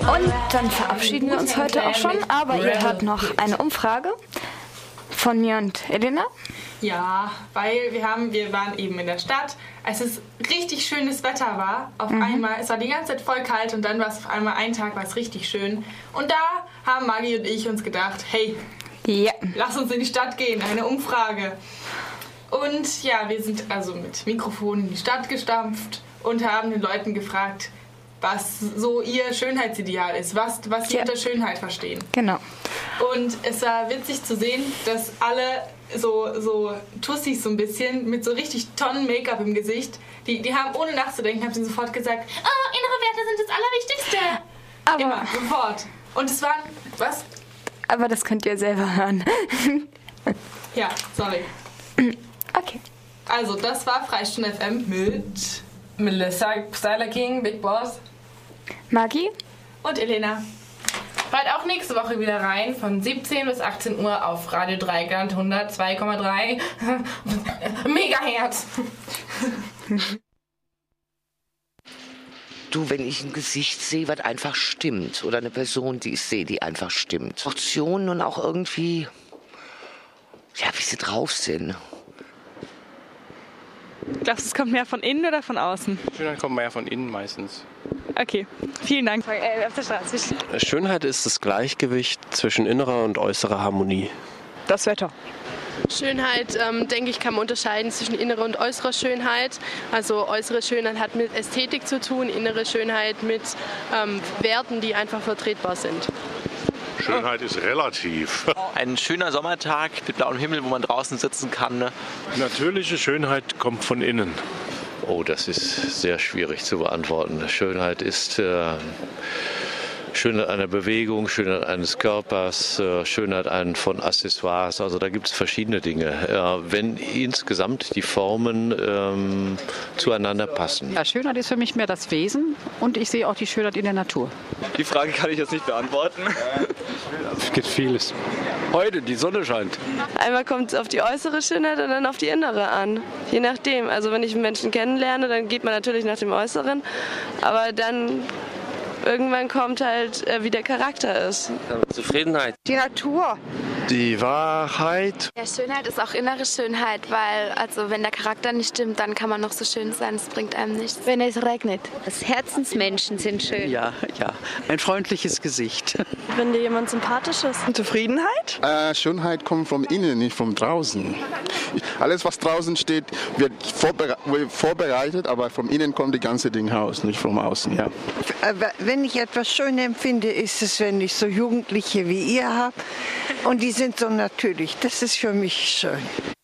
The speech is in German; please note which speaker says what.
Speaker 1: Und dann verabschieden wir uns heute auch schon, aber ihr hört noch eine Umfrage von mir und Elena.
Speaker 2: Ja, weil wir haben, wir waren eben in der Stadt, als es richtig schönes Wetter war. Auf einmal, es war die ganze Zeit voll kalt und dann war es auf einmal ein Tag, war es richtig schön. Und da haben Maggie und ich uns gedacht, hey,
Speaker 1: Ja,
Speaker 2: lass uns in die Stadt gehen, eine Umfrage. Und ja, wir sind also mit Mikrofonen in die Stadt gestampft und haben den Leuten gefragt, was so ihr Schönheitsideal ist, was, was sie
Speaker 1: Ja.
Speaker 2: unter Schönheit verstehen.
Speaker 1: genau.
Speaker 2: Und es war witzig zu sehen, dass alle so, so Tussis so ein bisschen mit so richtig Tonnen Make-up im Gesicht, die, die haben ohne nachzudenken, haben sie sofort gesagt, oh, innere Werte sind das Allerwichtigste.
Speaker 1: Aber,
Speaker 2: Immer, sofort. Und es waren, was?
Speaker 1: aber das könnt ihr selber hören.
Speaker 2: Ja, sorry.
Speaker 1: Okay.
Speaker 2: Also, das war Freistunde FM mit
Speaker 3: Melissa, Styler King, Big Boss.
Speaker 1: Maggie?
Speaker 2: und Elena.
Speaker 3: Hört auch nächste Woche wieder rein von 17 bis 18 Uhr auf Radio Dreigland 102,3 Megahertz.
Speaker 4: Du, wenn ich ein Gesicht sehe, was einfach stimmt, oder eine Person, die ich sehe, die einfach stimmt. Portionen und auch irgendwie, ja, wie sie drauf sind.
Speaker 5: Glaubst du, es kommt mehr von innen oder von außen?
Speaker 6: Schönheit kommt mehr von innen meistens.
Speaker 5: Okay, vielen Dank. Äh, auf der Straße.
Speaker 7: Schönheit ist das Gleichgewicht zwischen innerer und äußerer Harmonie.
Speaker 5: Das Wetter.
Speaker 8: Schönheit, ähm, denke ich, kann man unterscheiden zwischen innerer und äußerer Schönheit. Also äußere Schönheit hat mit Ästhetik zu tun, innere Schönheit mit ähm, Werten, die einfach vertretbar sind.
Speaker 9: Schönheit ist relativ.
Speaker 10: Ein schöner Sommertag mit blauem Himmel, wo man draußen sitzen kann. ne?
Speaker 9: Natürliche Schönheit kommt von innen.
Speaker 10: Oh, das ist sehr schwierig zu beantworten. Schönheit ist äh, Schönheit einer Bewegung, Schönheit eines Körpers, äh, Schönheit ein von Accessoires. Also da gibt es verschiedene Dinge. Äh, wenn insgesamt die Formen ähm, zueinander passen.
Speaker 8: Ja, Schönheit ist für mich mehr das Wesen und ich sehe auch die Schönheit in der Natur.
Speaker 10: Die Frage kann ich jetzt nicht beantworten.
Speaker 7: Es gibt vieles. Heute, die Sonne scheint.
Speaker 8: Einmal kommt es auf die äußere Schönheit und dann auf die innere an. Je nachdem. Also wenn ich einen Menschen kennenlerne, dann geht man natürlich nach dem Äußeren. Aber dann irgendwann kommt halt, äh, wie der Charakter ist.
Speaker 10: Zufriedenheit.
Speaker 8: Die Natur.
Speaker 7: Die Wahrheit.
Speaker 8: Ja, Schönheit ist auch innere Schönheit, weil also wenn der Charakter nicht stimmt, dann kann man noch so schön sein, es bringt einem nichts. Wenn es regnet.
Speaker 1: Das Herzensmenschen sind schön.
Speaker 10: Ja, ja. Ein freundliches Gesicht.
Speaker 8: Wenn dir jemand sympathisch ist.
Speaker 3: Zufriedenheit?
Speaker 7: Äh, Schönheit kommt von innen, nicht von draußen. Alles, was draußen steht, wird vorbereitet, aber von innen kommt die ganze Ding raus, nicht von außen. Ja.
Speaker 8: Aber wenn ich etwas schön empfinde, ist es, wenn ich so Jugendliche wie ihr habe und die sind so natürlich. Das ist für mich schön.